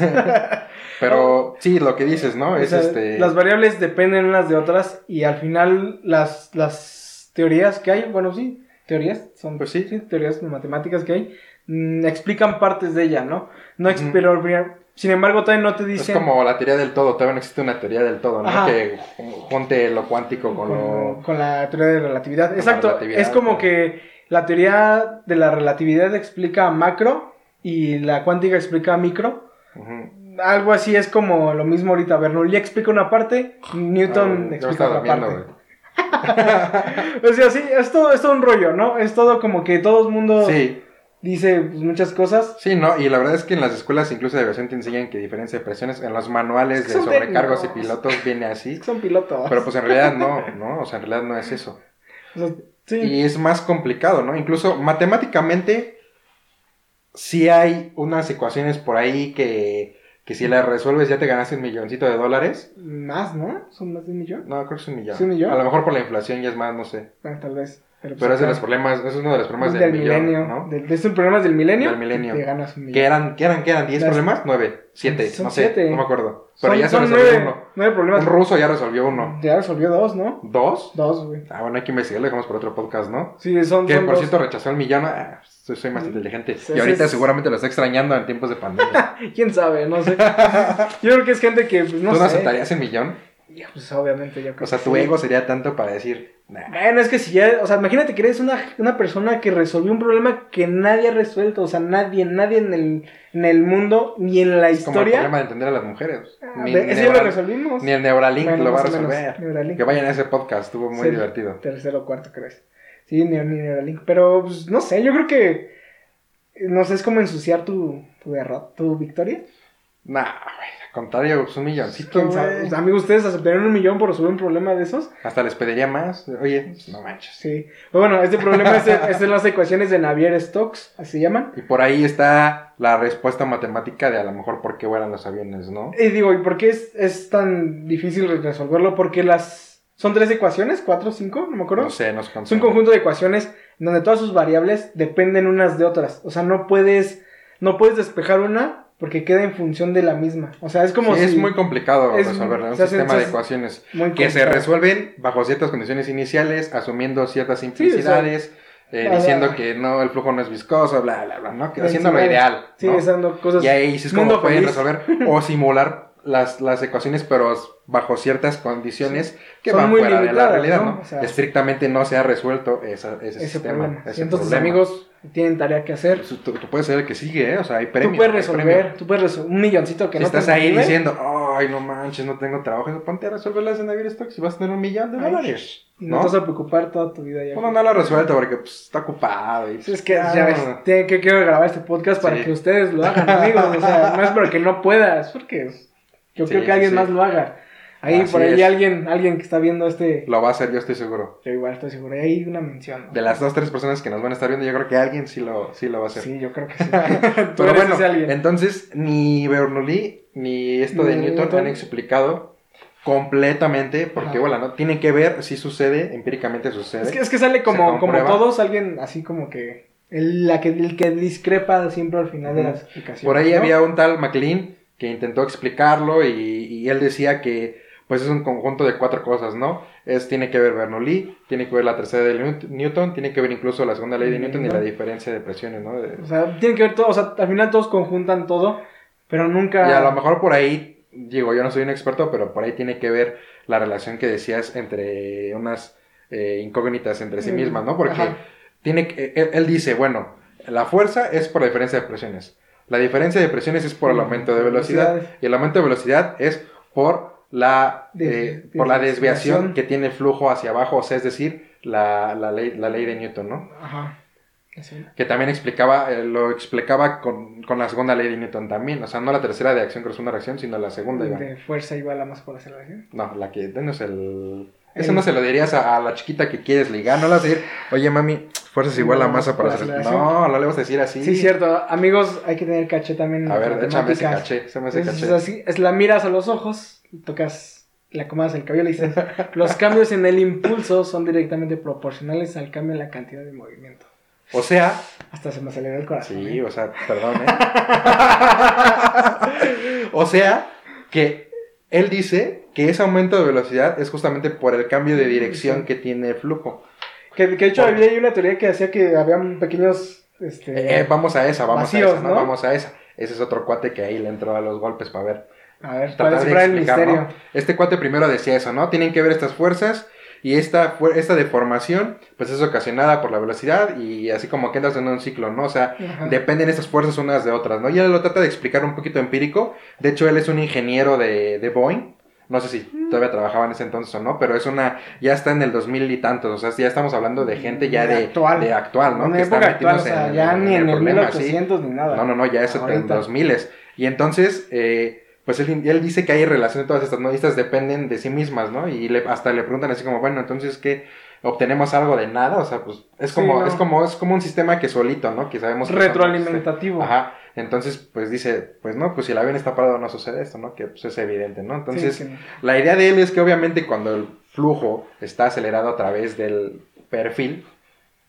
Speaker 1: Pero sí, lo que dices, ¿no?
Speaker 2: O
Speaker 1: Es
Speaker 2: sea,
Speaker 1: este...
Speaker 2: Las variables dependen unas de otras y al final las, las teorías que hay, bueno, sí, teorías, son
Speaker 1: Pues sí.
Speaker 2: teorías matemáticas que hay, mm, explican partes de ella, ¿no? no ex-
Speaker 1: Ujú.
Speaker 2: pero, mira, sin embargo, todavía no te
Speaker 1: Es
Speaker 2: dicen...
Speaker 1: como la teoría del todo, todavía no existe una teoría del todo, ¿no?
Speaker 2: Ajá.
Speaker 1: Que ju- junte lo cuántico con
Speaker 2: con,
Speaker 1: lo...
Speaker 2: con la teoría de la relatividad.
Speaker 1: la
Speaker 2: Exacto.
Speaker 1: relatividad,
Speaker 2: es como
Speaker 1: con-
Speaker 2: que la teoría de la relatividad explica macro y la cuántica explica micro.
Speaker 1: Ujú.
Speaker 2: Algo así es como lo mismo ahorita. Bernoulli explica una parte, Newton
Speaker 1: Ah, yo
Speaker 2: explica
Speaker 1: estaba
Speaker 2: otra
Speaker 1: durmiendo,
Speaker 2: parte.
Speaker 1: güey.
Speaker 2: O sea, sí, es todo, es todo un rollo, ¿no? Es todo como que todo el mundo
Speaker 1: Sí,
Speaker 2: dice pues, muchas cosas.
Speaker 1: Sí, no, y la verdad es que en las escuelas incluso de aviación te enseñan que diferencia de presiones en los manuales
Speaker 2: Es que
Speaker 1: de
Speaker 2: son
Speaker 1: sobrecargos y
Speaker 2: técnicos.
Speaker 1: pilotos viene
Speaker 2: Es
Speaker 1: así,
Speaker 2: que son pilotos.
Speaker 1: pero pues en realidad no, ¿no? O sea, en realidad no es eso.
Speaker 2: O sea, sí.
Speaker 1: Y es más complicado, ¿no? Incluso matemáticamente sí hay unas ecuaciones por ahí que, que si las resuelves ya te ganaste un milloncito de dólares.
Speaker 2: Más, ¿no? Son más de un millón.
Speaker 1: No, creo que es un millón.
Speaker 2: ¿Es un millón?
Speaker 1: A lo mejor por la inflación ya es más, no sé.
Speaker 2: Ah, tal vez. Pero, pues,
Speaker 1: Pero es de
Speaker 2: acá-
Speaker 1: los problemas, es uno de los problemas del,
Speaker 2: del
Speaker 1: millón,
Speaker 2: milenio.
Speaker 1: ¿no?
Speaker 2: De, de estos problemas del milenio.
Speaker 1: Del milenio.
Speaker 2: Te ganas un millón.
Speaker 1: ¿Qué eran? ¿Qué eran? ¿Qué eran? ¿Diez
Speaker 2: Las-
Speaker 1: problemas? ¿Nueve? ¿Siete?
Speaker 2: Son
Speaker 1: no sé,
Speaker 2: siete.
Speaker 1: no me acuerdo. Pero
Speaker 2: son,
Speaker 1: ya se
Speaker 2: son
Speaker 1: resolvió
Speaker 2: nueve,
Speaker 1: uno.
Speaker 2: nueve problemas.
Speaker 1: Un ruso ya resolvió uno.
Speaker 2: Ya resolvió dos, ¿no?
Speaker 1: ¿Dos?
Speaker 2: Dos, güey.
Speaker 1: Ah, bueno, hay que investigarlo, dejamos por otro podcast, ¿no?
Speaker 2: Sí, son,
Speaker 1: Que
Speaker 2: son
Speaker 1: por
Speaker 2: dos.
Speaker 1: cierto rechazó el millón. Ah, soy, soy más
Speaker 2: Mm.
Speaker 1: inteligente.
Speaker 2: Sí,
Speaker 1: y ahorita
Speaker 2: sí, sí.
Speaker 1: seguramente lo está extrañando en tiempos de pandemia.
Speaker 2: ¿Quién sabe? No sé. Yo creo que es gente que, pues, no
Speaker 1: ¿Tú no
Speaker 2: sé.
Speaker 1: aceptarías el millón?
Speaker 2: Ya, pues, obviamente, yo creo
Speaker 1: O sea,
Speaker 2: que
Speaker 1: tu
Speaker 2: sí.
Speaker 1: ego sería tanto para decir, nah,
Speaker 2: Bueno, es que si ya, o sea, imagínate que eres una, una persona que resolvió un problema que nadie ha resuelto, o sea, nadie, nadie en el, en el mundo, ni en la
Speaker 1: es como el
Speaker 2: historia.
Speaker 1: problema de entender a las mujeres.
Speaker 2: Ah,
Speaker 1: Ni,
Speaker 2: de-
Speaker 1: ni
Speaker 2: ese ya lo
Speaker 1: Neural-
Speaker 2: resolvimos.
Speaker 1: ni el Neuralink
Speaker 2: Bueno,
Speaker 1: lo va a
Speaker 2: más o menos,
Speaker 1: resolver.
Speaker 2: Neuralink.
Speaker 1: Que vayan a ese podcast, estuvo muy
Speaker 2: Sí.
Speaker 1: divertido.
Speaker 2: Tercero o cuarto, creo. es. Sí, ni, ni Neuralink. Pero, pues, no sé, yo creo que. No sé, es como ensuciar tu, tu derrota, tu victoria.
Speaker 1: Nah, güey, al contrario, pues un milloncito.
Speaker 2: ¿Quién sabe?
Speaker 1: güey.
Speaker 2: O sea, amigo, ¿ustedes aceptarían un millón por resolver un problema de esos?
Speaker 1: Hasta les pediría más. Oye, pues, no manches.
Speaker 2: Sí. Pero bueno, este problema es, es en las ecuaciones de Navier-Stokes, así se llaman.
Speaker 1: Y por ahí está la respuesta matemática de a lo mejor por qué vuelan los aviones, ¿no?
Speaker 2: Y digo, ¿y por qué es, es tan difícil re- resolverlo? Porque las... ¿Son tres ecuaciones? ¿Cuatro? ¿Cinco? No me acuerdo.
Speaker 1: No sé, nos
Speaker 2: Es un conjunto de ecuaciones donde todas sus variables dependen unas de otras. O sea, no puedes, no puedes despejar una porque queda en función de la misma. O sea, es como
Speaker 1: Sí,
Speaker 2: si
Speaker 1: es muy complicado
Speaker 2: es-
Speaker 1: resolverlo, un
Speaker 2: se hacen-
Speaker 1: sistema
Speaker 2: se
Speaker 1: de
Speaker 2: hacen-
Speaker 1: ecuaciones
Speaker 2: muy
Speaker 1: que se
Speaker 2: complicado.
Speaker 1: resuelven bajo ciertas condiciones iniciales, asumiendo ciertas simplicidades, eh,
Speaker 2: bla,
Speaker 1: diciendo
Speaker 2: bla.
Speaker 1: que no, el flujo no es viscoso, bla, bla, bla, ¿no? Que,
Speaker 2: Densidades.
Speaker 1: haciendo lo ideal,
Speaker 2: Sí,
Speaker 1: ¿no?
Speaker 2: usando cosas.
Speaker 1: Y ahí sí es
Speaker 2: mundo
Speaker 1: como pueden
Speaker 2: feliz.
Speaker 1: resolver o simular las, las ecuaciones, pero s- bajo ciertas condiciones que
Speaker 2: Son
Speaker 1: van
Speaker 2: muy
Speaker 1: fuera de la
Speaker 2: limitadas,
Speaker 1: realidad,
Speaker 2: ¿no?
Speaker 1: ¿no?
Speaker 2: O sea,
Speaker 1: Estrictamente no se ha resuelto esa- ese,
Speaker 2: ese
Speaker 1: sistema.
Speaker 2: problema.
Speaker 1: ese
Speaker 2: Sí, Entonces,
Speaker 1: problema.
Speaker 2: amigos, tienen tarea que hacer.
Speaker 1: Pues tú, tú puedes ser el que sigue, ¿eh? O sea, hay premios.
Speaker 2: tú puedes resolver, tú puedes resolver un milloncito que
Speaker 1: si
Speaker 2: no
Speaker 1: estás
Speaker 2: tengas
Speaker 1: ahí
Speaker 2: nivel.
Speaker 1: diciendo, ay, no manches, no tengo trabajo, eso ponte a resolverlas en Navier Stocks y vas a tener un millón de
Speaker 2: Ay,
Speaker 1: dólares.
Speaker 2: Y no,
Speaker 1: ¿no?
Speaker 2: te vas a preocupar toda tu vida ya.
Speaker 1: Uno no lo ha resuelto porque pues, está ocupado. Y,
Speaker 2: Sí, Es que,
Speaker 1: Ah,
Speaker 2: ya ves, tiene que quiero grabar este podcast para
Speaker 1: Sí.
Speaker 2: que ustedes lo hagan, amigos. O sea, no es porque no puedas, porque yo
Speaker 1: Sí,
Speaker 2: creo que
Speaker 1: sí,
Speaker 2: alguien
Speaker 1: sí.
Speaker 2: más lo haga. Ahí,
Speaker 1: Así
Speaker 2: por ahí,
Speaker 1: es.
Speaker 2: alguien alguien que está viendo este.
Speaker 1: Lo va a hacer, yo estoy seguro.
Speaker 2: Yo igual estoy seguro, ahí hay una mención. ¿no?
Speaker 1: De las dos, tres personas que nos van a estar viendo, yo creo que alguien sí lo, sí lo va a hacer.
Speaker 2: Sí, yo creo que sí. Tú
Speaker 1: Pero
Speaker 2: eres
Speaker 1: bueno,
Speaker 2: ese alguien.
Speaker 1: entonces ni Bernoulli ni esto de
Speaker 2: Ni
Speaker 1: Newton,
Speaker 2: Newton.
Speaker 1: han explicado completamente porque,
Speaker 2: Ajá.
Speaker 1: bueno, ¿no? Tiene que ver si sucede, empíricamente sucede.
Speaker 2: Es que, es que sale
Speaker 1: Se
Speaker 2: como, como
Speaker 1: comprueba.
Speaker 2: todos, alguien así como que. El, la que, el que discrepa siempre al final de
Speaker 1: Ujú.
Speaker 2: las explicaciones.
Speaker 1: Por ahí
Speaker 2: ¿no?
Speaker 1: había un tal MacLean que intentó explicarlo y, y él decía que pues es un conjunto de cuatro cosas, ¿no? Es, tiene que ver Bernoulli, tiene que ver la tercera de Newt- Newton, tiene que ver incluso la segunda ley de Newton y la diferencia de presiones, ¿no? De-
Speaker 2: O sea, tiene que ver todo, o sea, al final todos conjuntan todo, pero nunca.
Speaker 1: Y a lo mejor por ahí, digo, yo no soy un experto, pero por ahí tiene que ver la relación que decías entre unas eh, incógnitas entre sí
Speaker 2: Mm,
Speaker 1: mismas, ¿no? Porque
Speaker 2: ajá.
Speaker 1: tiene que- él, él dice, bueno, la fuerza es por la diferencia de presiones. La diferencia de presiones es por el aumento de velocidad.
Speaker 2: Velocidades.
Speaker 1: Y el aumento de velocidad es por la,
Speaker 2: De-
Speaker 1: eh, por la
Speaker 2: desviación.
Speaker 1: desviación que tiene el flujo hacia abajo, o sea, es decir, la, la ley, la ley de Newton, ¿no?
Speaker 2: Ajá. Así.
Speaker 1: que también explicaba, eh, lo explicaba con, con la segunda ley de Newton también, o sea, no la tercera de acción creo una reacción, sino la segunda, Iván.
Speaker 2: De fuerza igual a más por aceleración.
Speaker 1: No, la que no es el... Eso
Speaker 2: El-
Speaker 1: no se lo dirías a, a la chiquita que quieres ligar, no la vas a decir, oye mami, fuerzas igual a masa para
Speaker 2: Por
Speaker 1: hacer...
Speaker 2: aceleración.
Speaker 1: No, no le vas a decir así.
Speaker 2: Sí, cierto. Amigos, hay que tener caché también. en
Speaker 1: A ver,
Speaker 2: matemáticas.
Speaker 1: échame ese caché, échame ese
Speaker 2: Es, es
Speaker 1: caché.
Speaker 2: así, es la miras a los ojos, tocas, la acomodas el cabello y le dices, los cambios en el impulso son directamente proporcionales al cambio en la cantidad de movimiento.
Speaker 1: O sea,
Speaker 2: Hasta se me aceleró el corazón.
Speaker 1: sí,
Speaker 2: ¿eh?
Speaker 1: o sea, perdón, ¿eh? o sea, que él dice que ese aumento de velocidad es justamente por el cambio de dirección que tiene el flujo.
Speaker 2: Que, que de hecho
Speaker 1: Por-
Speaker 2: había ahí una teoría que decía que había pequeños... Este,
Speaker 1: Eh, eh, vamos a esa, vamos a
Speaker 2: Vacíos,
Speaker 1: esa, ¿no?
Speaker 2: ¿no?
Speaker 1: Vamos a esa. Ese es otro cuate que ahí le entró a los golpes para ver.
Speaker 2: a ver, para
Speaker 1: Tratar de
Speaker 2: descifrar el
Speaker 1: explicar,
Speaker 2: misterio.
Speaker 1: ¿no? Este cuate primero decía eso, ¿no? Tienen que ver estas fuerzas y esta, fuer- esta deformación, pues es ocasionada por la velocidad y así como que entras en un ciclo, ¿no? O sea,
Speaker 2: Ajá.
Speaker 1: dependen estas fuerzas unas de otras, ¿no? Y él lo trata de explicar un poquito empírico. De hecho, él es un ingeniero de, de Boeing. No sé si
Speaker 2: Mm.
Speaker 1: todavía trabajaba en ese entonces o no, pero es una. Ya está en el 2000 y tantos. O sea, ya estamos hablando de gente ya
Speaker 2: De
Speaker 1: de.
Speaker 2: actual.
Speaker 1: de actual, ¿no?
Speaker 2: En
Speaker 1: Que está
Speaker 2: época actual, o
Speaker 1: metidos
Speaker 2: sea,
Speaker 1: en-
Speaker 2: ya ni en el
Speaker 1: problema, sí.
Speaker 2: 1800 ni nada.
Speaker 1: No, no, no, ya es en
Speaker 2: Ahorita.
Speaker 1: los miles. Y entonces, eh, pues él, él dice que hay relación de todas estas, ¿no? Y estas dependen de sí mismas, ¿no? Y le- hasta le preguntan así como, bueno, entonces, ¿qué? ¿Obtenemos algo de nada? O sea, pues es
Speaker 2: Sí,
Speaker 1: como,
Speaker 2: no.
Speaker 1: es como, es como un sistema que solito, ¿no? Que sabemos que son-
Speaker 2: Retroalimentativo.
Speaker 1: Ajá. Entonces, pues dice, pues no, pues si el avión está parado no sucede esto, ¿no? Que pues, es evidente, ¿no? Entonces,
Speaker 2: Sí, sí.
Speaker 1: la idea de él es que obviamente cuando el flujo está acelerado a través del perfil,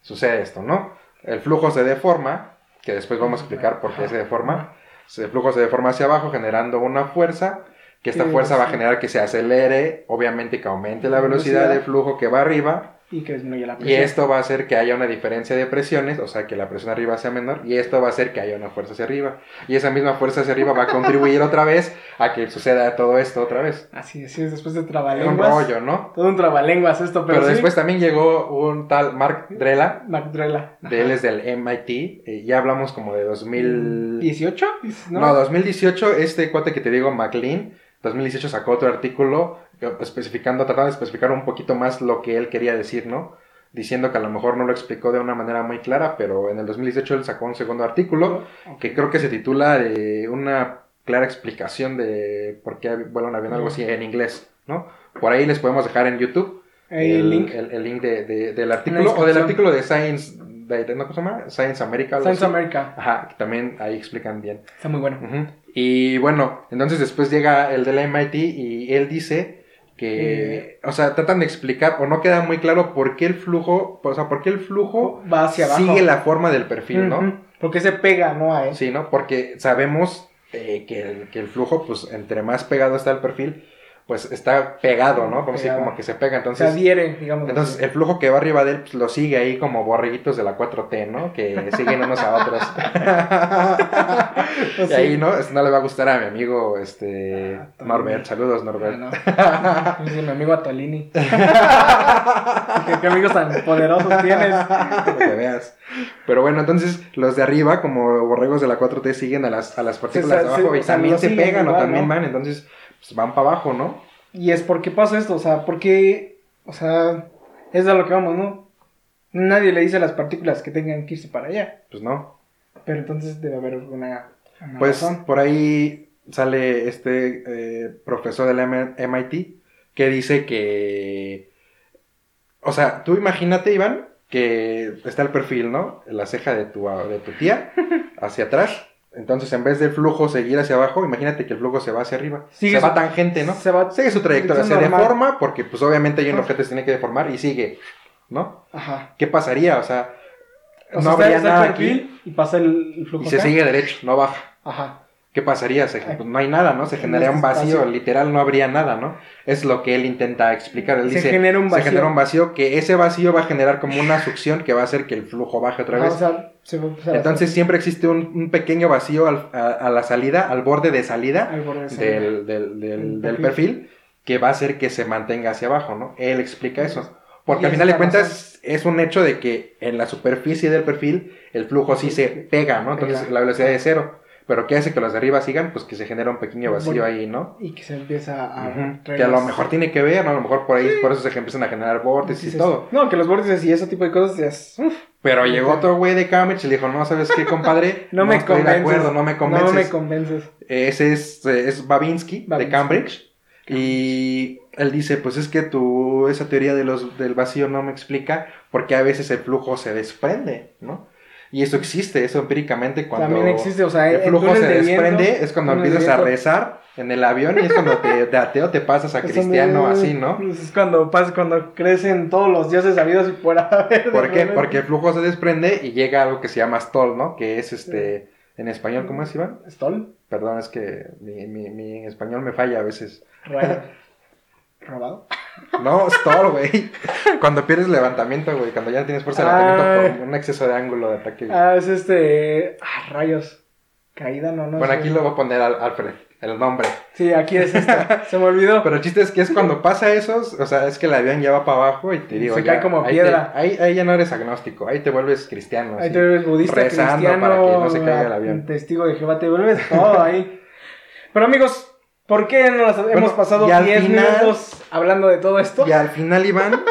Speaker 1: sucede esto, ¿no? El flujo se deforma, que después vamos a explicar por qué se deforma. El flujo se deforma hacia abajo generando una fuerza, que esta
Speaker 2: Sí,
Speaker 1: fuerza va a
Speaker 2: sí.
Speaker 1: generar que se acelere, obviamente que aumente la velocidad
Speaker 2: Velocidad.
Speaker 1: del flujo que va arriba,
Speaker 2: y que disminuye la
Speaker 1: y
Speaker 2: presión.
Speaker 1: esto va a hacer que haya una diferencia de presiones, o sea, que la presión arriba sea menor, y esto va a hacer que haya una fuerza hacia arriba. Y esa misma fuerza hacia arriba va a contribuir otra vez a que suceda todo esto otra vez.
Speaker 2: Así es, sí, es después de
Speaker 1: Un
Speaker 2: trabalenguas.
Speaker 1: rollo, ¿no?
Speaker 2: Todo un trabalenguas esto, pero,
Speaker 1: Pero
Speaker 2: sí,
Speaker 1: después también llegó un tal Mark Drella,
Speaker 2: Magdrela.
Speaker 1: de él es del MIT, eh, ya hablamos como de
Speaker 2: Mm,
Speaker 1: 2000...
Speaker 2: ¿18? Dices,
Speaker 1: No, 2018, este cuate que te digo, McLean, 2018 sacó otro artículo eh, especificando, tratando de especificar un poquito más lo que él quería decir, ¿no? Diciendo que a lo mejor no lo explicó de una manera muy clara, pero en el 2018 él sacó un segundo artículo que creo que se titula de eh, una clara explicación de por qué vuela un avión, algo así en inglés, ¿no? Por ahí les podemos dejar en YouTube
Speaker 2: Ahí el link.
Speaker 1: el- el link de- de- del artículo o del
Speaker 2: descripción.
Speaker 1: artículo de Science, de, de- ¿no? ¿cómo se llama? Science America. algo
Speaker 2: Science
Speaker 1: así.
Speaker 2: America.
Speaker 1: Ajá, que también ahí explican bien.
Speaker 2: Está muy bueno.
Speaker 1: Ujú. Y bueno, entonces después llega el de la MIT y él dice
Speaker 2: Eh.
Speaker 1: que, o sea, tratan de explicar o no queda muy claro por qué el flujo, o sea, por qué el flujo
Speaker 2: Va hacia abajo.
Speaker 1: sigue la forma del perfil, ¿no?
Speaker 2: Ujú, Porque se pega, ¿no? A él.
Speaker 1: Sí, ¿no? Porque sabemos eh, que, el, que el flujo, pues, entre más pegado está el perfil, pues está pegado, ¿no? Como si
Speaker 2: Pegado.
Speaker 1: como que se pega,
Speaker 2: se
Speaker 1: entonces...
Speaker 2: adhiere, digamos.
Speaker 1: Entonces,
Speaker 2: así.
Speaker 1: el flujo que va arriba de él pues, lo sigue ahí como borreguitos de la 4T, ¿no? Que siguen unos a otros. y
Speaker 2: Sí.
Speaker 1: ahí, ¿no? Eso no le va a gustar a mi amigo este
Speaker 2: Ah, también.
Speaker 1: Norbert. Saludos,
Speaker 2: Ah,
Speaker 1: Norbert.
Speaker 2: no. Dice mi amigo Atolini. ¿Qué, qué amigos tan poderosos tienes.
Speaker 1: Para que veas. Pero bueno, entonces los de arriba, como borregos de la 4T, siguen a las, a las partículas
Speaker 2: se-
Speaker 1: de abajo
Speaker 2: se-
Speaker 1: y
Speaker 2: o sea,
Speaker 1: también
Speaker 2: lo
Speaker 1: se
Speaker 2: siguen
Speaker 1: pegan o
Speaker 2: igual,
Speaker 1: también
Speaker 2: ¿no?
Speaker 1: van, entonces pues, van para abajo, ¿no?
Speaker 2: Y es porque pasa esto, o sea, porque, o sea, es a lo que vamos, ¿no? Nadie le dice a las partículas que tengan que irse para allá.
Speaker 1: Pues no.
Speaker 2: Pero entonces debe haber alguna, alguna
Speaker 1: Pues
Speaker 2: razón.
Speaker 1: por ahí sale este eh, profesor del M- MIT que dice que. O sea, tú imagínate, Iván, que está el perfil, ¿no? La ceja de tu, de tu tía hacia atrás. Entonces, en vez del flujo seguir hacia abajo, imagínate que el flujo se va hacia arriba.
Speaker 2: Sigue
Speaker 1: se
Speaker 2: su-
Speaker 1: va tangente, ¿no?
Speaker 2: Se va.
Speaker 1: Sigue su trayectoria, se
Speaker 2: dirección normal.
Speaker 1: deforma porque, pues, obviamente hay un
Speaker 2: Ajá.
Speaker 1: objeto que se tiene que deformar y sigue, ¿no?
Speaker 2: Ajá.
Speaker 1: ¿Qué pasaría? O sea,
Speaker 2: O
Speaker 1: no
Speaker 2: sea, está-
Speaker 1: habría
Speaker 2: está el
Speaker 1: nada aquí
Speaker 2: perfil Y pasa el, el flujo.
Speaker 1: y se
Speaker 2: acá.
Speaker 1: sigue derecho, no baja.
Speaker 2: Ajá.
Speaker 1: ¿Qué pasaría? Se- pues, no hay nada, ¿no? Se
Speaker 2: En
Speaker 1: generaría
Speaker 2: este
Speaker 1: un vacío,
Speaker 2: espacio.
Speaker 1: literal no habría nada, ¿no? Es lo que él intenta explicar. Él
Speaker 2: Se
Speaker 1: dice,
Speaker 2: genera un vacío.
Speaker 1: se genera un vacío que ese vacío va a generar como una succión que va a hacer que el flujo baje otra
Speaker 2: Ajá,
Speaker 1: vez.
Speaker 2: o sea, se va a pasar
Speaker 1: Entonces siempre existe un, un pequeño vacío al- a, a la salida, al borde de
Speaker 2: hasta-
Speaker 1: salida
Speaker 2: al borde de esa línea.
Speaker 1: del, del- del-
Speaker 2: El
Speaker 1: del perfil que va a hacer que se mantenga hacia abajo, ¿no? Él explica eso. Porque
Speaker 2: Y
Speaker 1: al final
Speaker 2: esa
Speaker 1: de
Speaker 2: es la
Speaker 1: cuentas es un hecho de que en la superficie del perfil el flujo sí se pega, ¿no? Entonces
Speaker 2: Pega.
Speaker 1: la velocidad es cero. Pero ¿qué hace que los de arriba sigan? Pues que se genera un pequeño vacío
Speaker 2: Bueno.
Speaker 1: ahí, ¿no?
Speaker 2: Y que se empieza a.
Speaker 1: Ujú.
Speaker 2: traer
Speaker 1: Que a lo
Speaker 2: las-
Speaker 1: mejor tiene que ver, ¿no? A lo mejor por ahí, por eso se empiezan a generar vórtices y
Speaker 2: dices,
Speaker 1: todo.
Speaker 2: No, que los vórtices y ese tipo de cosas es. uf,
Speaker 1: Pero llegó otro güey de Cambridge y le dijo, no, ¿sabes qué, compadre?
Speaker 2: no, me
Speaker 1: estoy
Speaker 2: convences.
Speaker 1: de acuerdo, no me convences.
Speaker 2: No me convences.
Speaker 1: Ese es, eh, es Babinski, de
Speaker 2: Babinski.
Speaker 1: Cambridge. Y él dice, pues es que tu, esa teoría de los, del vacío no me explica porque a veces el flujo se desprende, ¿no? Y eso existe, eso empíricamente cuando
Speaker 2: También existe, o sea,
Speaker 1: el
Speaker 2: en
Speaker 1: flujo se
Speaker 2: túneles de viento,
Speaker 1: desprende es cuando
Speaker 2: túneles de
Speaker 1: empiezas a
Speaker 2: viento.
Speaker 1: rezar en el avión y es cuando te, de ateo te pasas a
Speaker 2: Eso
Speaker 1: cristiano
Speaker 2: me-
Speaker 1: así, ¿no?
Speaker 2: pues es cuando pasa, cuando crecen todos los dioses habidos y por haber. de
Speaker 1: ¿Por qué?
Speaker 2: repente.
Speaker 1: Porque el flujo se desprende y llega algo que se llama stall, ¿no? Que es este, en español, ¿cómo es, Iván?
Speaker 2: ¿Stol?
Speaker 1: Perdón, es que mi, mi, mi español me falla a veces.
Speaker 2: Rayo. ¿Robado?
Speaker 1: No, stall, güey. Cuando pierdes levantamiento, güey. Cuando ya no tienes fuerza de levantamiento por un exceso de ángulo de ataque.
Speaker 2: Ah, es este. Ah, rayos. Caída, no, no.
Speaker 1: bueno,
Speaker 2: sé.
Speaker 1: aquí lo voy a poner al Alfred, el nombre.
Speaker 2: Sí, aquí es esta. Se me olvidó.
Speaker 1: Pero el chiste es que es cuando pasa eso, o sea, es que el avión ya va para abajo y te digo.
Speaker 2: Se
Speaker 1: ya,
Speaker 2: cae como
Speaker 1: ahí
Speaker 2: piedra.
Speaker 1: te- ahí, ahí ya no eres agnóstico, ahí te vuelves cristiano.
Speaker 2: Ahí
Speaker 1: sí.
Speaker 2: te vuelves budista,
Speaker 1: Rezando
Speaker 2: cristiano, ah,
Speaker 1: para que no se caiga el avión.
Speaker 2: testigo de Jehová, te vuelves todo ahí. Pero amigos, ¿por qué no las hemos pasado
Speaker 1: y al
Speaker 2: 10
Speaker 1: final-
Speaker 2: minutos hablando de todo esto?
Speaker 1: Y al final, Iván,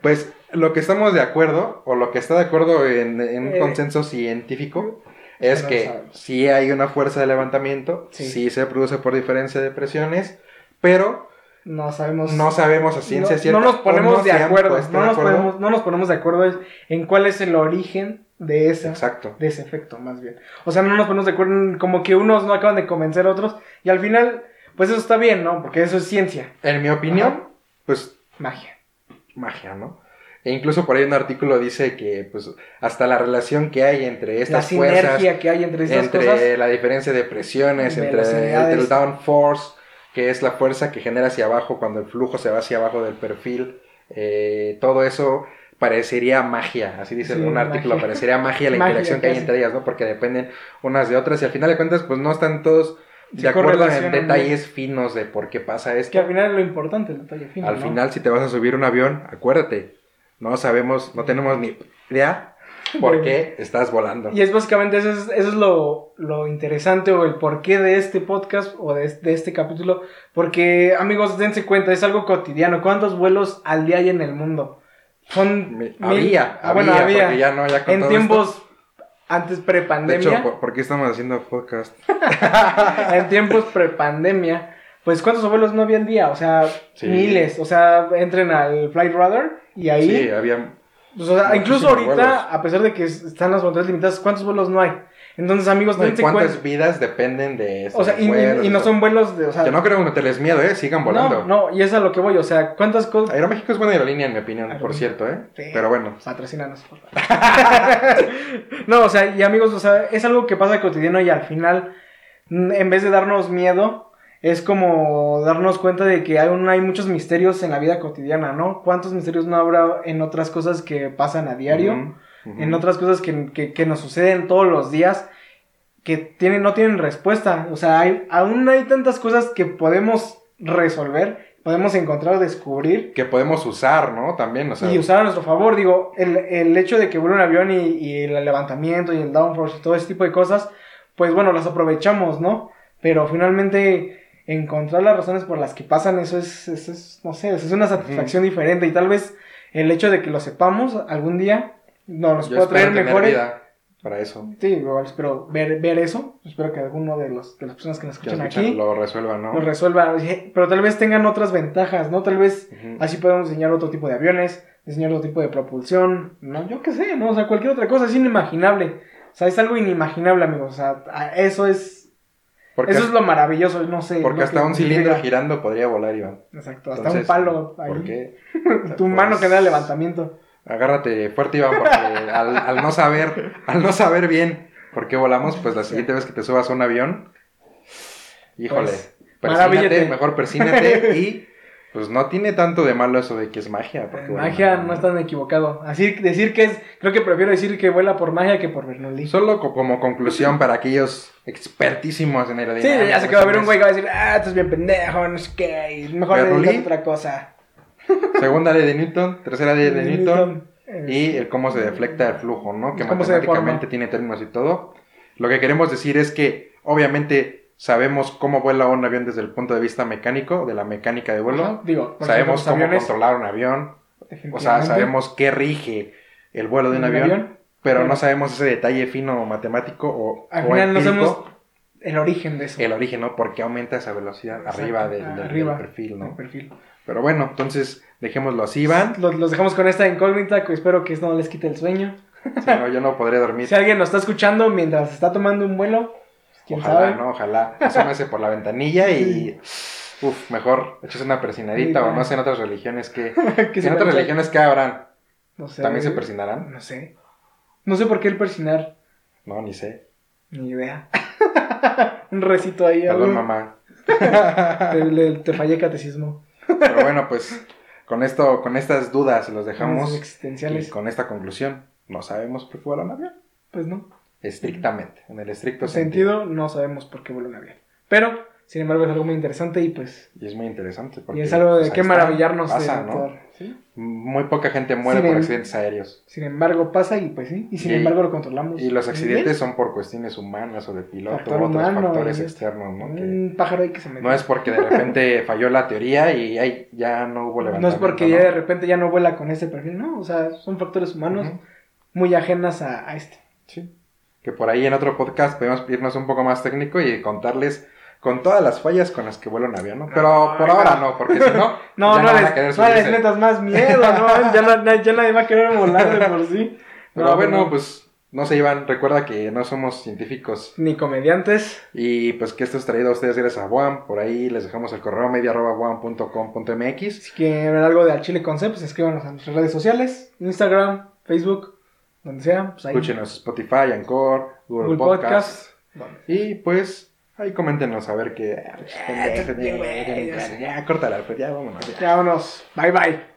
Speaker 1: pues lo que estamos de acuerdo, o lo que está de acuerdo en, en un
Speaker 2: Eh,
Speaker 1: consenso científico, es
Speaker 2: no
Speaker 1: que
Speaker 2: sabemos.
Speaker 1: sí hay una fuerza de levantamiento, sí.
Speaker 2: Sí.
Speaker 1: se produce por diferencia de presiones, pero
Speaker 2: No sabemos.
Speaker 1: no sabemos a ciencia
Speaker 2: no-
Speaker 1: cierta.
Speaker 2: No nos
Speaker 1: o
Speaker 2: ponemos
Speaker 1: no
Speaker 2: de
Speaker 1: se han
Speaker 2: acuerdo.
Speaker 1: puesto este,
Speaker 2: No
Speaker 1: de
Speaker 2: nos,
Speaker 1: acuerdo.
Speaker 2: ponemos, no nos ponemos de acuerdo en cuál es el origen de esa.
Speaker 1: Exacto.
Speaker 2: De ese efecto, más bien. O sea, no nos ponemos de acuerdo en como que unos no acaban de convencer a otros. Y al final, pues eso está bien, ¿no? Porque eso es ciencia,
Speaker 1: En mi opinión, pues
Speaker 2: magia.
Speaker 1: magia, ¿no? E incluso por ahí un artículo dice que pues hasta la relación que hay entre
Speaker 2: La
Speaker 1: estas
Speaker 2: sinergia
Speaker 1: fuerzas
Speaker 2: que hay entre estas
Speaker 1: entre
Speaker 2: cosas.
Speaker 1: la diferencia de presiones, entre,
Speaker 2: Velocidades.
Speaker 1: entre el downforce, que es la fuerza que genera hacia abajo cuando el flujo se va hacia abajo del perfil, eh, todo eso parecería magia, así dice
Speaker 2: Sí,
Speaker 1: un artículo,
Speaker 2: magia.
Speaker 1: parecería magia la
Speaker 2: Magia,
Speaker 1: interacción que hay
Speaker 2: casi.
Speaker 1: entre ellas, ¿no? Porque dependen unas de otras y al final de cuentas pues no están todos de acuerdo en
Speaker 2: correlacionan bien.
Speaker 1: detalles finos de por qué pasa
Speaker 2: Que
Speaker 1: esto.
Speaker 2: al final es lo importante, el detalle fino.
Speaker 1: Al
Speaker 2: ¿no?
Speaker 1: final si te vas a subir un avión, acuérdate, no sabemos, no tenemos ni idea por qué estás volando.
Speaker 2: Y es básicamente eso es, eso es lo, lo interesante o el porqué de este podcast o de, de este capítulo. Porque, amigos, dense cuenta, es algo cotidiano. ¿Cuántos vuelos al día hay en el mundo? Son.
Speaker 1: Mi-
Speaker 2: mil-
Speaker 1: Había,
Speaker 2: Ah, bueno,
Speaker 1: había,
Speaker 2: había.
Speaker 1: porque ya no, ya con
Speaker 2: en
Speaker 1: todo
Speaker 2: tiempos antes
Speaker 1: De
Speaker 2: prepandemia,
Speaker 1: hecho, pues. ¿por, por qué estamos haciendo podcast?
Speaker 2: en tiempos prepandemia, pues cuántos abuelos no había al día, o sea,
Speaker 1: Sí.
Speaker 2: miles, o sea, entren al Flight Radar y ahí,
Speaker 1: Sí, había.
Speaker 2: pues, o sea, incluso
Speaker 1: muchísimos
Speaker 2: ahorita,
Speaker 1: vuelos.
Speaker 2: a pesar de que es- están las fronteras limitadas, ¿cuántos vuelos no hay? Entonces, amigos,
Speaker 1: ¿Y
Speaker 2: dense cuenta.
Speaker 1: ¿Cuántas vidas dependen de eso?
Speaker 2: O sea, y, y- y no son vuelos de, o sea,
Speaker 1: Yo no creo que meterles miedo, ¿eh? Sigan volando.
Speaker 2: no, no, y es a lo que voy, o sea, ¿cuántas cosas?
Speaker 1: Aeroméxico es buena aerolínea, en mi opinión, por
Speaker 2: Aerolínea.
Speaker 1: cierto, ¿eh?
Speaker 2: Sí.
Speaker 1: Pero bueno.
Speaker 2: Patrocínanos, por favor. no, o sea, y amigos, o sea, es algo que pasa cotidiano y al final, mm, en vez de darnos miedo, es como darnos cuenta de que aún hay muchos misterios en la vida cotidiana, ¿no? ¿Cuántos misterios no habrá en otras cosas que pasan a diario?
Speaker 1: Ujú, ujú.
Speaker 2: En otras cosas que, que- que nos suceden todos los días que tienen, no tienen respuesta. O sea, hay, aún hay tantas cosas que podemos resolver, podemos encontrar, descubrir
Speaker 1: Que podemos usar, ¿no? También, o sea.
Speaker 2: y usar a nuestro favor. Digo, el, el hecho de que vuelva un avión y, y el levantamiento y el downforce y todo ese tipo de cosas, pues bueno, las aprovechamos, ¿no? Pero finalmente encontrar las razones por las que pasan, eso es, eso es no sé, eso es una satisfacción diferente. Y tal vez el hecho de que lo sepamos algún día no, nos
Speaker 1: yo
Speaker 2: pueda traer
Speaker 1: espero tener
Speaker 2: mejores.
Speaker 1: vida para eso.
Speaker 2: Sí, igual espero ver, ver eso. Espero que alguno de, los, de las personas que nos
Speaker 1: Que
Speaker 2: escuchan
Speaker 1: escuchan
Speaker 2: Pues aquí
Speaker 1: lo resuelvan, ¿no?
Speaker 2: lo resuelva. Pero tal vez tengan otras ventajas, ¿no? Tal vez
Speaker 1: Ujú.
Speaker 2: Así podemos diseñar otro tipo de aviones, diseñar otro tipo de propulsión, no, yo qué sé, ¿no? O sea, cualquier otra cosa, es inimaginable. O sea, es algo inimaginable, amigos. O sea, a- eso es.
Speaker 1: Porque,
Speaker 2: eso es lo maravilloso, no sé.
Speaker 1: porque
Speaker 2: lo
Speaker 1: hasta
Speaker 2: que
Speaker 1: un cilindro
Speaker 2: llega.
Speaker 1: girando podría volar, Iván.
Speaker 2: Exacto, hasta
Speaker 1: Entonces,
Speaker 2: un palo ahí.
Speaker 1: ¿Por qué?
Speaker 2: Tu
Speaker 1: Pues,
Speaker 2: mano que da levantamiento.
Speaker 1: Agárrate fuerte, Iván, porque al, al no saber, al no saber bien por qué volamos, pues la siguiente vez que te subas a un avión, híjole,
Speaker 2: Pues,
Speaker 1: persínate,
Speaker 2: maravíllate.
Speaker 1: mejor persínate y pues no tiene tanto de malo eso de que es magia. porque, bueno,
Speaker 2: Eh, magia no es tan equivocado. Así decir que es. Creo que prefiero decir que vuela por magia que por Bernoulli.
Speaker 1: Solo co- como conclusión para aquellos expertísimos en pues,
Speaker 2: Sí,
Speaker 1: aerodinámica.
Speaker 2: ya sé que va a haber un güey que va a decir, ah, estás bien pendejo, no sé qué, y mejor
Speaker 1: Bernoulli.
Speaker 2: dedicar otra cosa.
Speaker 1: Segunda ley de Newton, tercera ley de Newton.
Speaker 2: Eh,
Speaker 1: y el cómo se deflecta el flujo, ¿no? Que
Speaker 2: Cómo se deforma.
Speaker 1: matemáticamente tiene términos y todo. Lo que queremos decir es que obviamente sabemos cómo vuela un avión desde el punto de vista mecánico, de la mecánica de vuelo.
Speaker 2: ajá, Digo, por ejemplo,
Speaker 1: sabemos
Speaker 2: los
Speaker 1: cómo
Speaker 2: aviones,
Speaker 1: controlar un avión, o sea,
Speaker 2: definitivamente.
Speaker 1: sabemos qué rige el vuelo de un avión, pero no
Speaker 2: Claro.
Speaker 1: sabemos ese detalle fino matemático o,
Speaker 2: Al
Speaker 1: o
Speaker 2: final no
Speaker 1: empírico,
Speaker 2: sabemos el origen de eso.
Speaker 1: el origen, ¿no? Porque aumenta esa velocidad
Speaker 2: Exacto,
Speaker 1: arriba del, del- del
Speaker 2: arriba.
Speaker 1: perfil,
Speaker 2: El
Speaker 1: ¿no?
Speaker 2: perfil.
Speaker 1: Pero bueno, entonces dejémoslo así, Iván.
Speaker 2: Los, los dejamos con esta incógnita que espero que no les quite el sueño.
Speaker 1: Si no, yo no podré dormir.
Speaker 2: Si alguien nos está escuchando mientras está tomando un vuelo, pues, quién
Speaker 1: Ojalá,
Speaker 2: sabe.
Speaker 1: ¿no? Ojalá. Asómese por la ventanilla y. Uf, mejor. Eches una persinadita
Speaker 2: Sí,
Speaker 1: o
Speaker 2: claro.
Speaker 1: no sé en otras religiones que.
Speaker 2: Que se
Speaker 1: en otras
Speaker 2: vaya.
Speaker 1: religiones que habrán.
Speaker 2: No sé.
Speaker 1: ¿También se persinarán?
Speaker 2: No sé. No sé por qué el persinar.
Speaker 1: No, ni sé.
Speaker 2: Ni idea. un recito ahí.
Speaker 1: Perdón,
Speaker 2: algo.
Speaker 1: mamá.
Speaker 2: Te, le- te fallé catecismo.
Speaker 1: Pero bueno, pues con esto, con estas dudas los
Speaker 2: Unas
Speaker 1: dejamos. Y
Speaker 2: Existenciales.
Speaker 1: con esta conclusión, no sabemos por qué voló un avión.
Speaker 2: Pues no.
Speaker 1: Estrictamente, en el estricto
Speaker 2: En sentido, no sabemos por qué voló un avión. Pero, sin embargo, es algo muy interesante y pues.
Speaker 1: Y es muy interesante. Porque,
Speaker 2: Y es algo de
Speaker 1: pues, ahí
Speaker 2: qué
Speaker 1: está,
Speaker 2: maravillarnos
Speaker 1: pasa,
Speaker 2: de
Speaker 1: ¿no?
Speaker 2: todo, ¿sí?
Speaker 1: Muy poca gente muere
Speaker 2: Sí,
Speaker 1: por
Speaker 2: ven.
Speaker 1: accidentes aéreos.
Speaker 2: Sin embargo, pasa y pues sí. Y sin
Speaker 1: Y-
Speaker 2: embargo, lo controlamos.
Speaker 1: Y los
Speaker 2: muy
Speaker 1: accidentes son por cuestiones humanas o de piloto
Speaker 2: Factor
Speaker 1: o otros
Speaker 2: humano, eh.
Speaker 1: factores
Speaker 2: y-
Speaker 1: externos,
Speaker 2: bien.
Speaker 1: ¿no? Que-
Speaker 2: Un pájaro ahí que se me.
Speaker 1: No es porque de repente falló la teoría y ay, ya no hubo
Speaker 2: No
Speaker 1: levantamiento.
Speaker 2: es porque ya de repente ya no vuela con ese perfil, no. O sea, son factores humanos
Speaker 1: Ujú,
Speaker 2: muy ajenas a, a este.
Speaker 1: sí. Que por ahí en otro podcast podemos irnos un poco más técnico y contarles con todas las fallas con las que vuela un avión, ¿no? Pero
Speaker 2: Ay,
Speaker 1: por
Speaker 2: no.
Speaker 1: ahora no, porque si no,
Speaker 2: No,
Speaker 1: ya
Speaker 2: no,
Speaker 1: van a querer
Speaker 2: les, no les
Speaker 1: subirse.
Speaker 2: metas más miedo, ¿no? Ya, no- na- ya nadie va a querer volar de por sí.
Speaker 1: Pero
Speaker 2: No,
Speaker 1: bueno,
Speaker 2: no.
Speaker 1: pues no se Iván, recuerda que no somos científicos
Speaker 2: Ni comediantes.
Speaker 1: y pues que esto es traído a ustedes gracias a Guam, por ahí les dejamos el correo media arroba guam punto com punto mx
Speaker 2: Si quieren ver algo de Al Chile con C, pues escríbanos a nuestras redes sociales: Instagram, Facebook, donde sea. Pues ahí.
Speaker 1: escúchenos Spotify, Anchor, Google,
Speaker 2: Google
Speaker 1: podcast.
Speaker 2: Podcast. donde-
Speaker 1: Y pues, ahí coméntenos a ver qué.
Speaker 2: este güey, ya
Speaker 1: Ya, córtala, pues ya vámonos. ya.
Speaker 2: Ya vámonos. Bye bye.